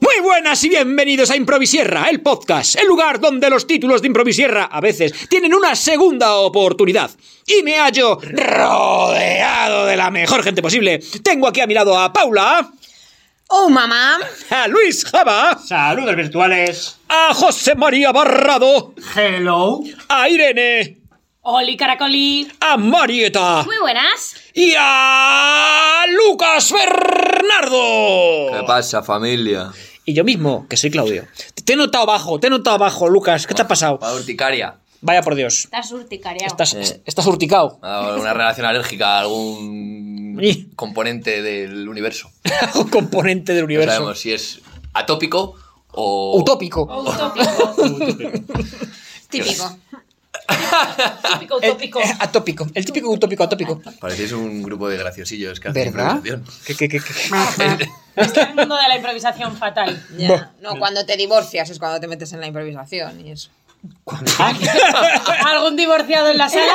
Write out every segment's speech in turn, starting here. Muy buenas y bienvenidos a Improvisierra, el podcast, el lugar donde los títulos de Improvisierra a veces tienen una segunda oportunidad. Y me hallo rodeado de la mejor gente posible. Tengo aquí a mi lado a Paula, ¡Oh, mamá! a Luis Java, Saludos virtuales. a José María Barrado, Hello. a Irene, ¡Oli, caracolí! a Marieta Muy buenas. y a Lucas Bernardo. ¿Qué pasa, familia? Y yo mismo, que soy Claudio. Te he notado bajo, te he notado bajo, Lucas. ¿Qué te ha pasado? Va a urticaria. Vaya por Dios. Estás urticareado. Estás, Eh. estás urticado. Me ha dado Una relación alérgica a algún Y- componente del universo. Un componente del No universo. sabemos si es atópico o. Utópico. Típico. Típico, utópico. Eh, atópico. El típico utópico atópico. Parecéis un grupo de graciosillos que hacen ¿Verdad? improvisación. ¿Qué, qué, qué, qué? Está el mundo de la improvisación fatal. Buah. No, cuando te divorcias es cuando te metes en la improvisación y eso. Ah, ¿Algún divorciado en la sala?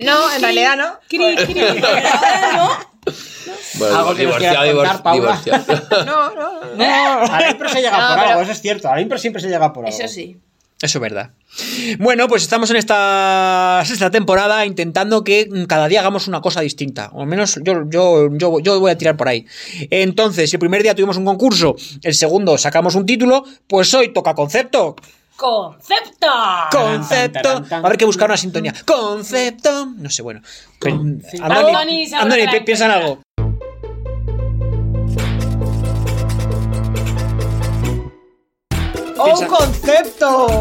No, en realidad no. Cri, cri. Bueno, Algo que divorciado, nos quieras divor- contar, Paula. divorciado. No, no. no. A la impro se llega No, por pero- algo, eso es cierto. A la impro siempre se llega por algo. Eso sí. Eso es verdad. Bueno, pues estamos en esta sexta temporada intentando que cada día hagamos una cosa distinta. O al menos yo, yo, yo, yo voy a tirar por ahí. Entonces, si el primer día tuvimos un concurso, el segundo sacamos un título, pues hoy toca concepto. ¡Concepto! Concepto. Tan, tan, Va tan. a haber que buscar una sintonía. Concepto. No sé, bueno. Pe- Andoni, Andoni, seguro Andoni, que la pi- piensa en encuentra. algo. ¡Oh, concepto!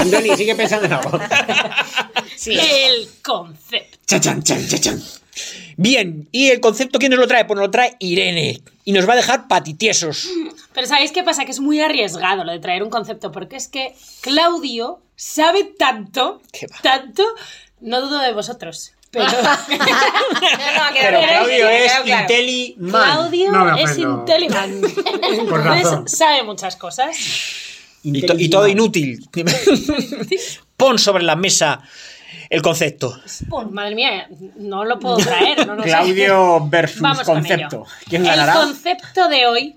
Andoni, sigue pensando en algo. El concepto. Chachan, chan, chachan. Bien, ¿y el concepto quién nos lo trae? Pues nos lo trae Irene. Y nos va a dejar patitiesos. Pero ¿sabéis qué pasa? Que es muy arriesgado lo de traer un concepto, porque es que Claudio sabe tanto, ¿Qué va? tanto, no dudo de vosotros, pero no, que Pero queda Claudio claro, es queda claro. Intelli Man. Claudio No me es ofendo. inteligente. Por razón. Entonces sabe muchas cosas. Y, to- y todo inútil. Pon sobre la mesa el concepto. Pum, madre mía, no lo puedo traer. No, lo sé. Claudio versus Vamos con concepto. ello. ¿Quién El ganará? concepto de hoy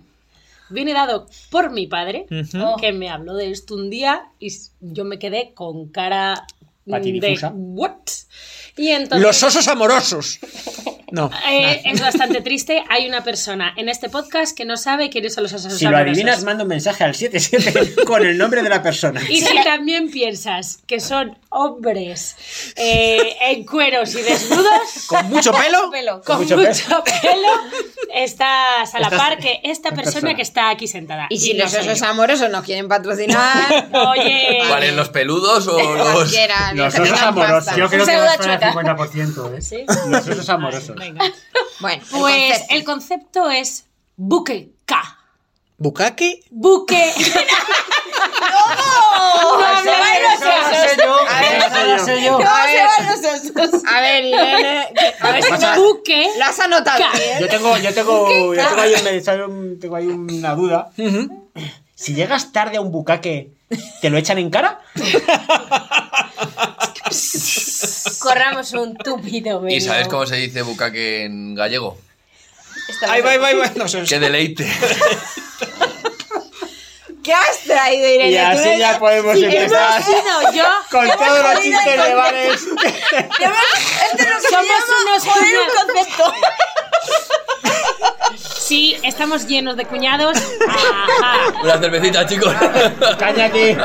viene dado por mi padre, Ujú. que me habló de esto un día y s- yo me quedé con cara de Patidifusa. what. Y entonces Los osos amorosos. No. eh, es bastante triste. Hay una persona en este podcast que no sabe quiénes son los asesores. Si lo adivinas, manda un mensaje al 77 con el nombre de la persona. Y si también piensas que son hombres eh, en cueros y desnudos, Con mucho pelo. Pelo. con mucho, mucho pelo. pelo, estás a la par que esta persona, persona. que está aquí sentada. Y si no los soy osos yo. amorosos nos quieren patrocinar, Oye, ¿Valen los peludos o los.? cualquiera. Los que osos tengan amorosos. pasta. Yo creo Un que saludo nos a fuera el Chueca. 50%, ¿eh? ¿sí? Los osos amorosos. Venga. Bueno, Pues el concepto es buque K. Bukake. Buque. Pues, A ver, a ver, Irene, que- a ver si Pasa- no- buque. Pues lo has anotado bien. Yo tengo, yo tengo, yo tengo ahí, un- me sale un- tengo ahí una duda. Si llegas tarde a un bucaque, ¿te lo echan en cara? Corramos un Tupido, ¿Y velo. sabes cómo se dice bucaque en gallego? Ahí va, ahí va, ahí va. No sé. ¡Qué deleite! ¿Qué has traído, Irene? Y Tú así eres- ya podemos empezar Hemos sido yo. con hemos todos jodido los el chistes de concepto. bares. Hemos- Esto es lo que se Somos llama unos joder un concepto. Sí, estamos llenos de cuñados. Ajá. Una cervecita, chicos. Cállate.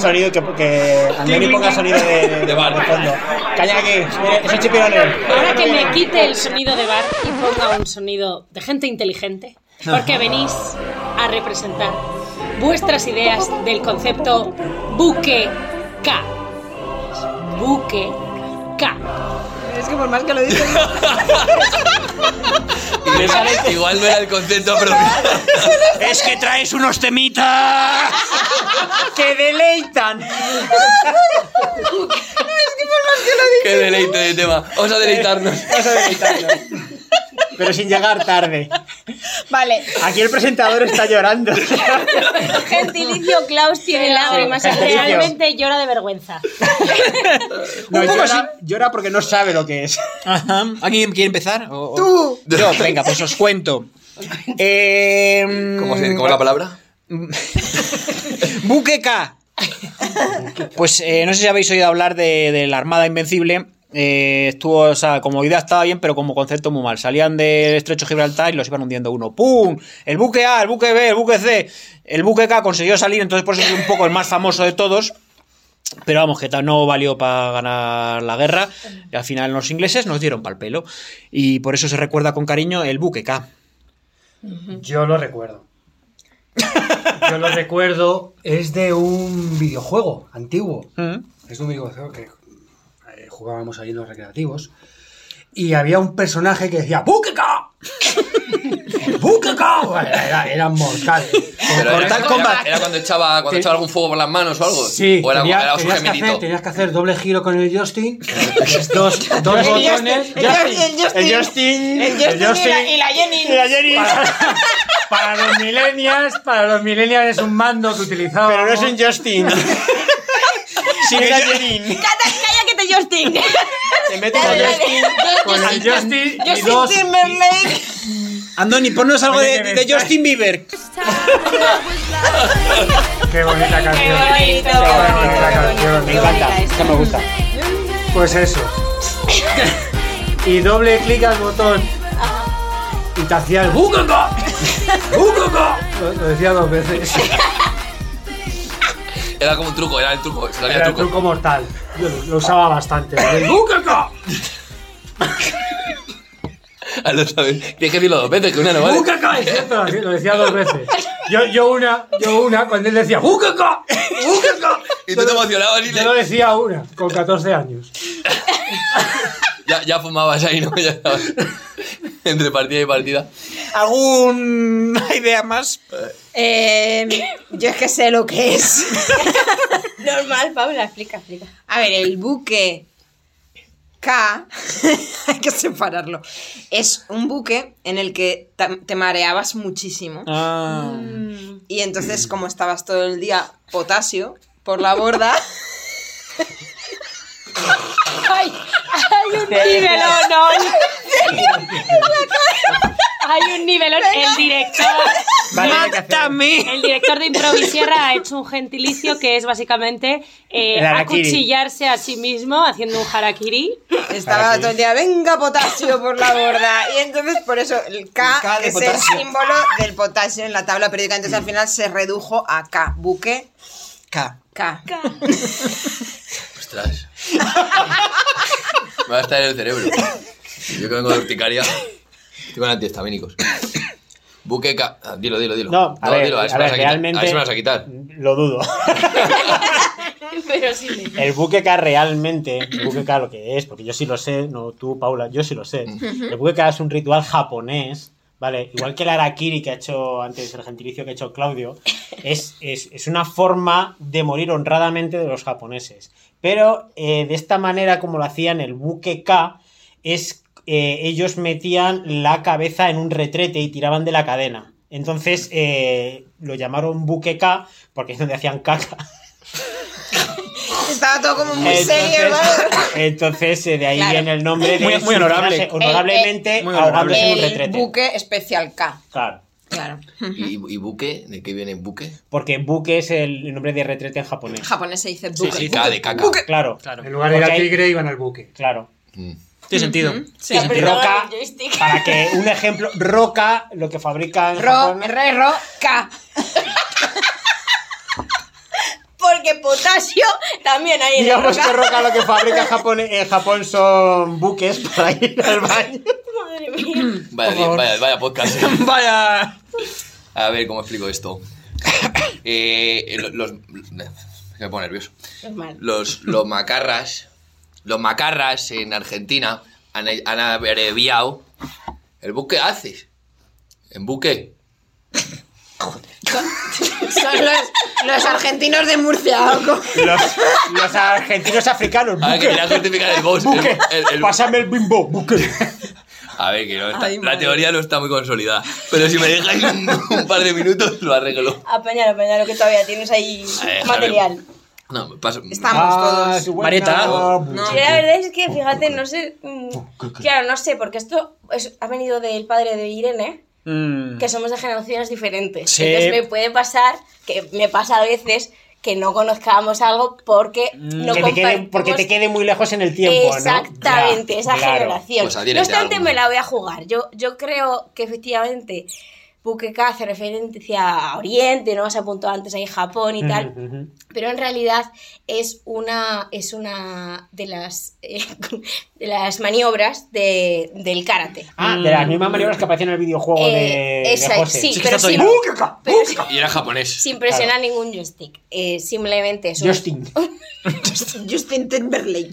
Sonido que, que Andoni ponga sonido de, de, De bar. fondo. Cállate. Esos chipirones. Ahora que me quite el sonido de bar y ponga un sonido de gente inteligente, porque venís a representar vuestras ideas del concepto buque K. Buque K. Es que por más que lo dices, Igual no era el concepto propio. Es que traes unos temitas. ¡Que deleitan! Qué deleite de tema. Vamos a deleitarnos. Vas a deleitarnos. Pero sin llegar tarde. vale. Aquí el presentador está llorando. Gentilicio Klaus tiene lágrimas. Gentilicio. Realmente llora de vergüenza. No, poco llora, llora porque no sabe lo que es. Ajá. ¿Alguien quiere empezar? O- o- Tú. Yo, venga, pues os cuento. Eh, ¿Cómo, se, ¿Cómo es la palabra? Buque K. Pues eh, no sé si habéis oído hablar de, de la Armada Invencible. Eh, estuvo, o sea, como idea estaba bien, pero como concepto muy mal. Salían del estrecho Gibraltar y los iban hundiendo uno. ¡Pum! El buque A, el buque B, el buque C. El buque K consiguió salir, entonces por eso es un poco el más famoso de todos. Pero vamos, que ta- no valió para ganar la guerra. Y al final los ingleses nos dieron pal pelo. Y por eso se recuerda con cariño el buque K. Yo lo recuerdo. Yo lo recuerdo. Es de un videojuego antiguo. ¿Mm? Es un videojuego que eh, jugábamos ahí en los recreativos. Y había un personaje que decía ¡Bukeka! ¡Bukeka! Era, era mortal. Pero Mortal era, Kombat. era- era cuando echaba, cuando Sí. echaba algún fuego por las manos o algo. Sí, o era, tenía- era su tenías, que gemidito. hacer, tenías que hacer doble giro con el Justin, dos, dos botones El Justin, El Justin. El Justin, y la- y la Jenny. Y la Jenny. para, para los millennials, para los millennials es un mando que utilizaba. Pero no es un Justin. Sí, es la Jenny. Cata- Cállate, que Justin. Se mete con Dale, el dale. Justin. con el Justin y Justin dos. Timberlake. Andoni, ponnos algo de, de Justin Bieber. Qué bonita canción. Qué bonito, qué bonito, qué canción. Me encanta, este. esta me gusta. Pues eso. y doble clic al botón. Y te hacía el ¡Bukaka! ¡Bukaka! Lo, lo decía dos veces. Era como un truco, era el truco. Se lo había Era el truco. truco mortal. Yo lo, lo usaba bastante. El ¡Bukaka! Ah, lo sabes. Tienes que decirlo dos veces, que una no vale. ¡Bukaka! Es cierto, lo decía dos veces. Yo, yo una, yo una, cuando él decía ¡Bukaka! ¡Bukaka! Y tú te emocionabas y Yo lo le- decía una, con 14 años. ya, ya fumabas ahí, ¿no? Ya estabas. Entre partida y partida. ¿Alguna idea más? Eh, yo es que sé lo que es. Normal, Paula, explica, explica. A ver, el buque K, hay que separarlo, es un buque en el que ta- te mareabas muchísimo. Ah. Y entonces, como estabas todo el día potasio por la borda, ¡Ay! ¡Hay un oh, nivelón hoy! ¡Hay un nivelón! El director, ¡Mátame! el director de Improvisierra ha hecho un gentilicio que es básicamente eh, El harakiri. acuchillarse a sí mismo haciendo un harakiri. estaba todo el día, venga potasio por la borda. Y entonces, por eso, el K, El K de es potasio. el símbolo del potasio en la tabla periódica. Entonces, al final se redujo a K, buque K. K. Ostras. Me va a estar en el cerebro. Yo que vengo de urticaria. Estoy con antihistamínicos. Buqueca. Ah, Dilo, dilo, dilo. No, a ver, dilo, a si me ver, vas quitar. realmente. A ver si me vas a quitar. Lo dudo. Pero sí le- El buque K realmente, el buque K lo que es, porque yo sí lo sé, no tú, Paula, yo sí lo sé. El buque K es un ritual japonés, ¿vale? Igual que el harakiri que ha hecho antes el gentilicio que ha hecho Claudio, es, es, es una forma de morir honradamente de los japoneses. Pero eh, de esta manera, como lo hacían el buque K, es eh, ellos metían la cabeza en un retrete y tiraban de la cadena. Entonces eh, lo llamaron buque K porque es donde hacían caca. Estaba todo como muy serio, Entonces, ¿no? entonces, eh, de ahí Claro. viene el nombre de Muy- muy honorable. suicidarse honorablemente Muy ahogándose en un El retrete. buque especial K. Claro. Claro. ¿Y, y buque? ¿De qué viene buque? Porque buque es el nombre de retrete en En japonés. japonés se dice buque. K de caca. Buque. Claro. En lugar de ir Porque a hay- tigre iban al buque. Claro. Mm. Tiene sentido. Sí, roca, para que un ejemplo, roca, lo que fabrica en Ro, Japón- re, ro, ca. Porque potasio también hay eh, en Digamos el que roca. roca lo que fabrica Japón, en Japón son buques para ir al baño. Madre mía. Vaya, favor. vaya, vaya podcast. Vaya. A ver, ¿cómo explico esto? Eh, lo- los, me pongo nervioso. Normal. Los, los macarras, los macarras en Argentina han, han abreviado el buque haces. En buque. Son los, los argentinos de Murcia. o co- Los, los argentinos africanos, A ver, Ah, que buque, quería justificar el boss. el- buque. el- el- Pásame el bimbo, buque. a ver, que no está- Ay, la madre. teoría no está muy consolidada. Pero si me dejáis un, un par de minutos, lo arreglo. Apañar, apañar lo que todavía tienes ahí Eh, material. No, me paso. Estamos Ah, todos. Marieta. Yo Ah, la verdad es que, fíjate, no sé. mm, Claro, no sé, porque esto es- ha venido del padre de Irene, Mm. que somos de generaciones diferentes. Sí. Entonces me puede pasar, que me pasa a veces, que no conozcamos algo porque no Que te quede, compartimos. porque te quede muy lejos en el tiempo, ¿no? Exactamente, Ya, esa claro. generación. Pues adhiérete no obstante, a algo. me la voy a jugar. Yo, yo creo que efectivamente Bukeka hace referencia a Oriente, ¿no? Se apuntó antes ahí Japón y tal. Ujú, ujú. Pero en realidad es una, es una de las, eh, de las maniobras de- del karate. Ah, de las mismas maniobras que aparecen en el videojuego de, Eh, de esa- José. Uh, sí, Sí, que pero está sin, todo ahí. pero sin- Y era japonés. sin presionar ningún joystick. Eh, simplemente es una, Justin. Justin Timberlake.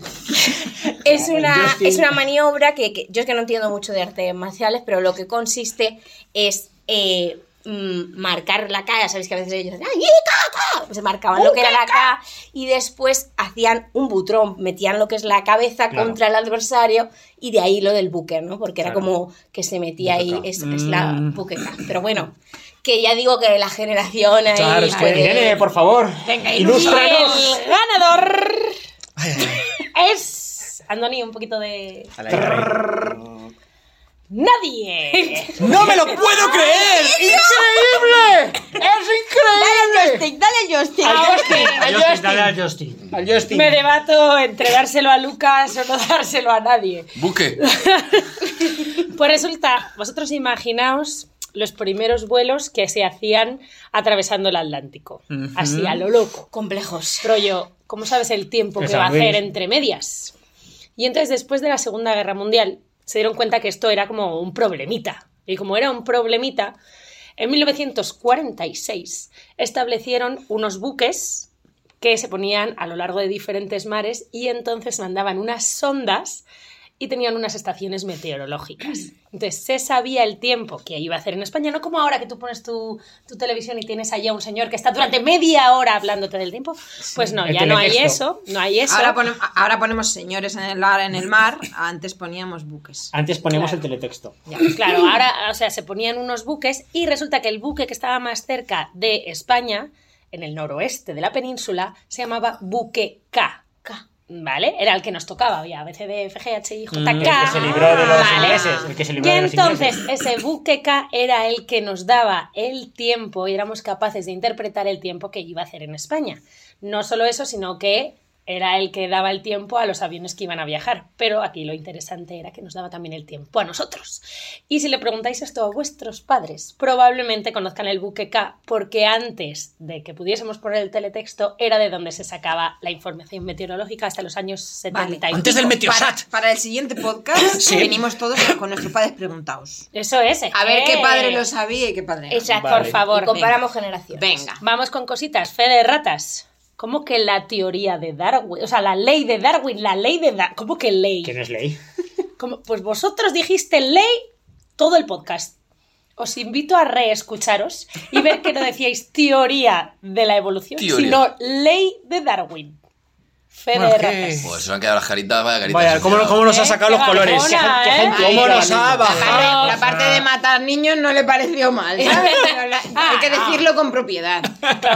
es una, Justin. es una maniobra que, que- yo es que no entiendo mucho de artes marciales, pero lo que consiste es eh, mm, marcar la cara. Sabéis que a veces ellos hacen, "Ay, ka, ka". se marcaban lo que era la K y después hacían un butrón, metían lo que es la cabeza Claro. contra el adversario y de ahí lo del buque, ¿no? Porque era Claro. como que se metía ahí, este Bukeka. es, es la Mm. buqueca. Pero bueno, que ya digo que la generación ahí Claro, es que- puede- Irene, por favor, ilústranos. el ganador es. Andoni, un poquito de. ¡Nadie! ¡No me lo puedo creer! ¡Increíble! ¡Es increíble! Dale, Justin. A Justin, dale a Justin. Al Justin. Me debato entre dárselo a Lucas o no dárselo a nadie. Buque. Pues resulta, vosotros imaginaos los primeros vuelos que se hacían atravesando el Atlántico. Así, a lo loco. Complejos. Rollo, ¿cómo sabes el tiempo que Esa va a vez. hacer entre medias? Y entonces, después de la Segunda Guerra Mundial, se dieron cuenta que esto era como un problemita. Y como era un problemita, en 1946 establecieron unos buques que se ponían a lo largo de diferentes mares y entonces mandaban unas sondas y tenían unas estaciones meteorológicas. Entonces se sabía el tiempo que iba a hacer en España, no como ahora que tú pones tu, tu televisión y tienes allá un señor que está durante media hora hablándote del tiempo. Pues no, el ya no hay teletexto. eso, no hay eso. Ahora, ponem- ahora ponemos señores en el, en el mar. Antes poníamos buques. Antes ponemos Claro. el teletexto. pues Claro, ahora, o sea, se ponían unos buques y resulta que el buque que estaba más cerca de España, en el noroeste de la península, se llamaba Buque K. ¿Vale? Era el que nos tocaba, había ABCD, FGH y JK. Mm. El que se libró de los Ah, Vale. ingleses. El que se Y libró de los entonces ingleses. ese buque K era el que nos daba el tiempo y éramos capaces de interpretar el tiempo que iba a hacer en España. No solo eso, sino que era el que daba el tiempo a los aviones que iban a viajar. Pero aquí lo interesante era que nos daba también el tiempo a nosotros. Y si le preguntáis esto a vuestros padres, probablemente conozcan el buque K, porque antes de que pudiésemos poner el teletexto era de donde se sacaba la información meteorológica hasta los años 70 y Vale. Antes del pico. Para, Meteosat. para el siguiente podcast Sí. venimos todos con nuestros padres preguntados. Eso es. A ver qué eh. padre lo sabía y qué padre no. Exacto. Por favor. Y comparamos generaciones. Venga. Vamos con cositas. Fe de ratas. ¿Cómo que la teoría de Darwin? O sea, la ley de Darwin, la ley de Darwin. ¿Cómo que ley? Que no es ley. ¿Cómo? Pues vosotros dijiste ley todo el podcast. Os invito a reescucharos y ver que no decíais teoría de la evolución, Teoría. sino ley de Darwin. Fe Bueno, de que- ratas. Pues se me han quedado las caritas, vaya caritas. Vaya, ¿cómo, cómo nos Eh, ha sacado los qué colores? bajona, Qué ¿eh? gente, ¿Cómo qué nos ha bonito. bajado? La parte de matar niños no le pareció mal, ¿sabes? Pero la- hay que decirlo con propiedad.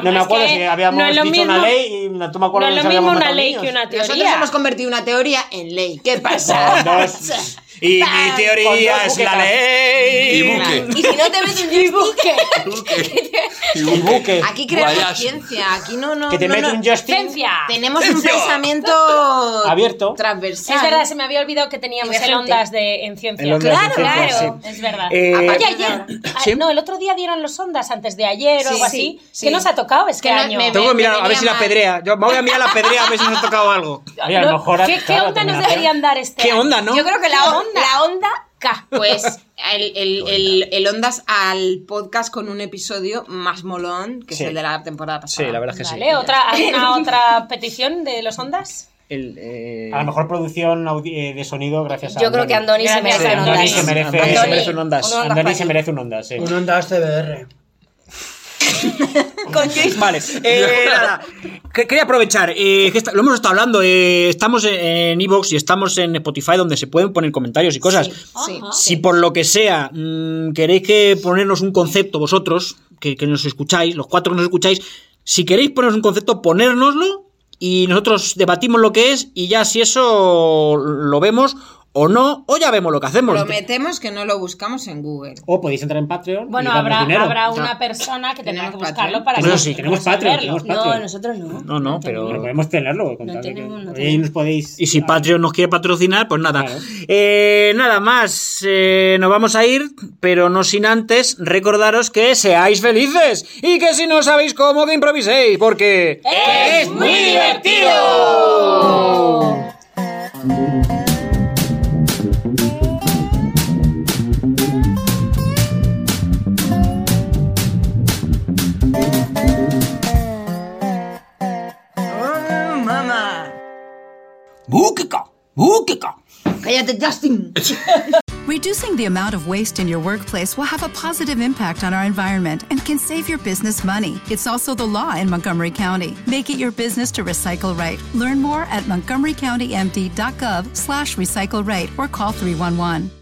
No me Es acuerdo que si habíamos no es lo dicho una mismo- ley y no tú No me acuerdo es si lo mismo habíamos una matado ley niños. que una Nosotros teoría. hemos convertido una teoría en ley. ¿Qué pasa? Dos. Y Bam. mi teoría Con es dos la buquecas. ley. Y buque. Y si no te metes un joystick, Y buque. Aquí creamos Guayas. ciencia, aquí no, no. Que te no, mete no. un Justin ¡Ciencia! Tenemos un ¡Ciencia! pensamiento Abierto. transversal. Es verdad, se me había olvidado que teníamos el Divergente. ondas de, en ciencia. El Ondas en Ciencia, claro, sí. es verdad. Eh, Oye, Aparte ayer, de ah, Sí. no, el otro día dieron los ondas antes de ayer o Sí, algo sí, así. sí. ¿Qué nos ha tocado? Es que Que no- año. me Tengo que Me mirar a ver venía si la mal. pedrea. Yo me voy a mirar la pedrea a ver si nos ha tocado algo. Oye, a lo No, mejor. ¿Qué, qué claro, onda nos terminación. deberían dar este ¿Qué año? onda, no? yo creo que la La onda, onda. la onda K. Pues el, el, el, el Ondas al podcast con un episodio más molón, que Sí. es el de la temporada Sí, pasada. la verdad es que sí. Vale, ¿otra, ¿alguna otra petición de los ondas? El, eh, A lo mejor producción audi- eh, de sonido gracias a. Yo creo que Andoni se Gracias, merece Sí, un Andoni se ondas. merece- Andoni se Andoni, merece un ondas. un ondas Andoni para se ti. merece un onda, sí. Un ondas TBR. Vale, eh, nada. Que- Quería aprovechar, eh, que esta- lo hemos estado hablando, eh, estamos en Evox y estamos en Spotify donde se pueden poner comentarios y cosas. Sí. Si por lo que sea mm, queréis que ponernos un concepto vosotros, que, que nos escucháis, los cuatro que nos escucháis, si queréis ponernos un concepto, ponérnoslo y nosotros debatimos lo que es y ya si eso lo vemos o no, o ya vemos lo que hacemos. Prometemos que no lo buscamos en Google. O podéis entrar en Patreon. Bueno, y darnos habrá, dinero. Ah, habrá No, una persona que tendrá que Tenemos Patreon. buscarlo para Bueno, que sí, tenemos podamos Patreon, verlo. tenemos No, Patreon. nosotros no. No, no, Pero pero... podemos tenerlo. con No tal de que- tenemos, no Oye, tenemos. ahí nos podéis. Y si Patreon nos quiere patrocinar, pues nada. Claro. Eh, nada más, eh, nos vamos a ir, pero no sin antes recordaros que seáis felices y que si no sabéis cómo, que improviséis, porque... ¡Es muy divertido! Buqueca. Buqueca. Cállate, Justin. Reducing the amount of waste in your workplace will have a positive impact on our environment and can save your business money. It's also the law in Montgomery County. Make it your business to recycle right. Learn more at montgomerycountymd.gov slash recycle right or call 311.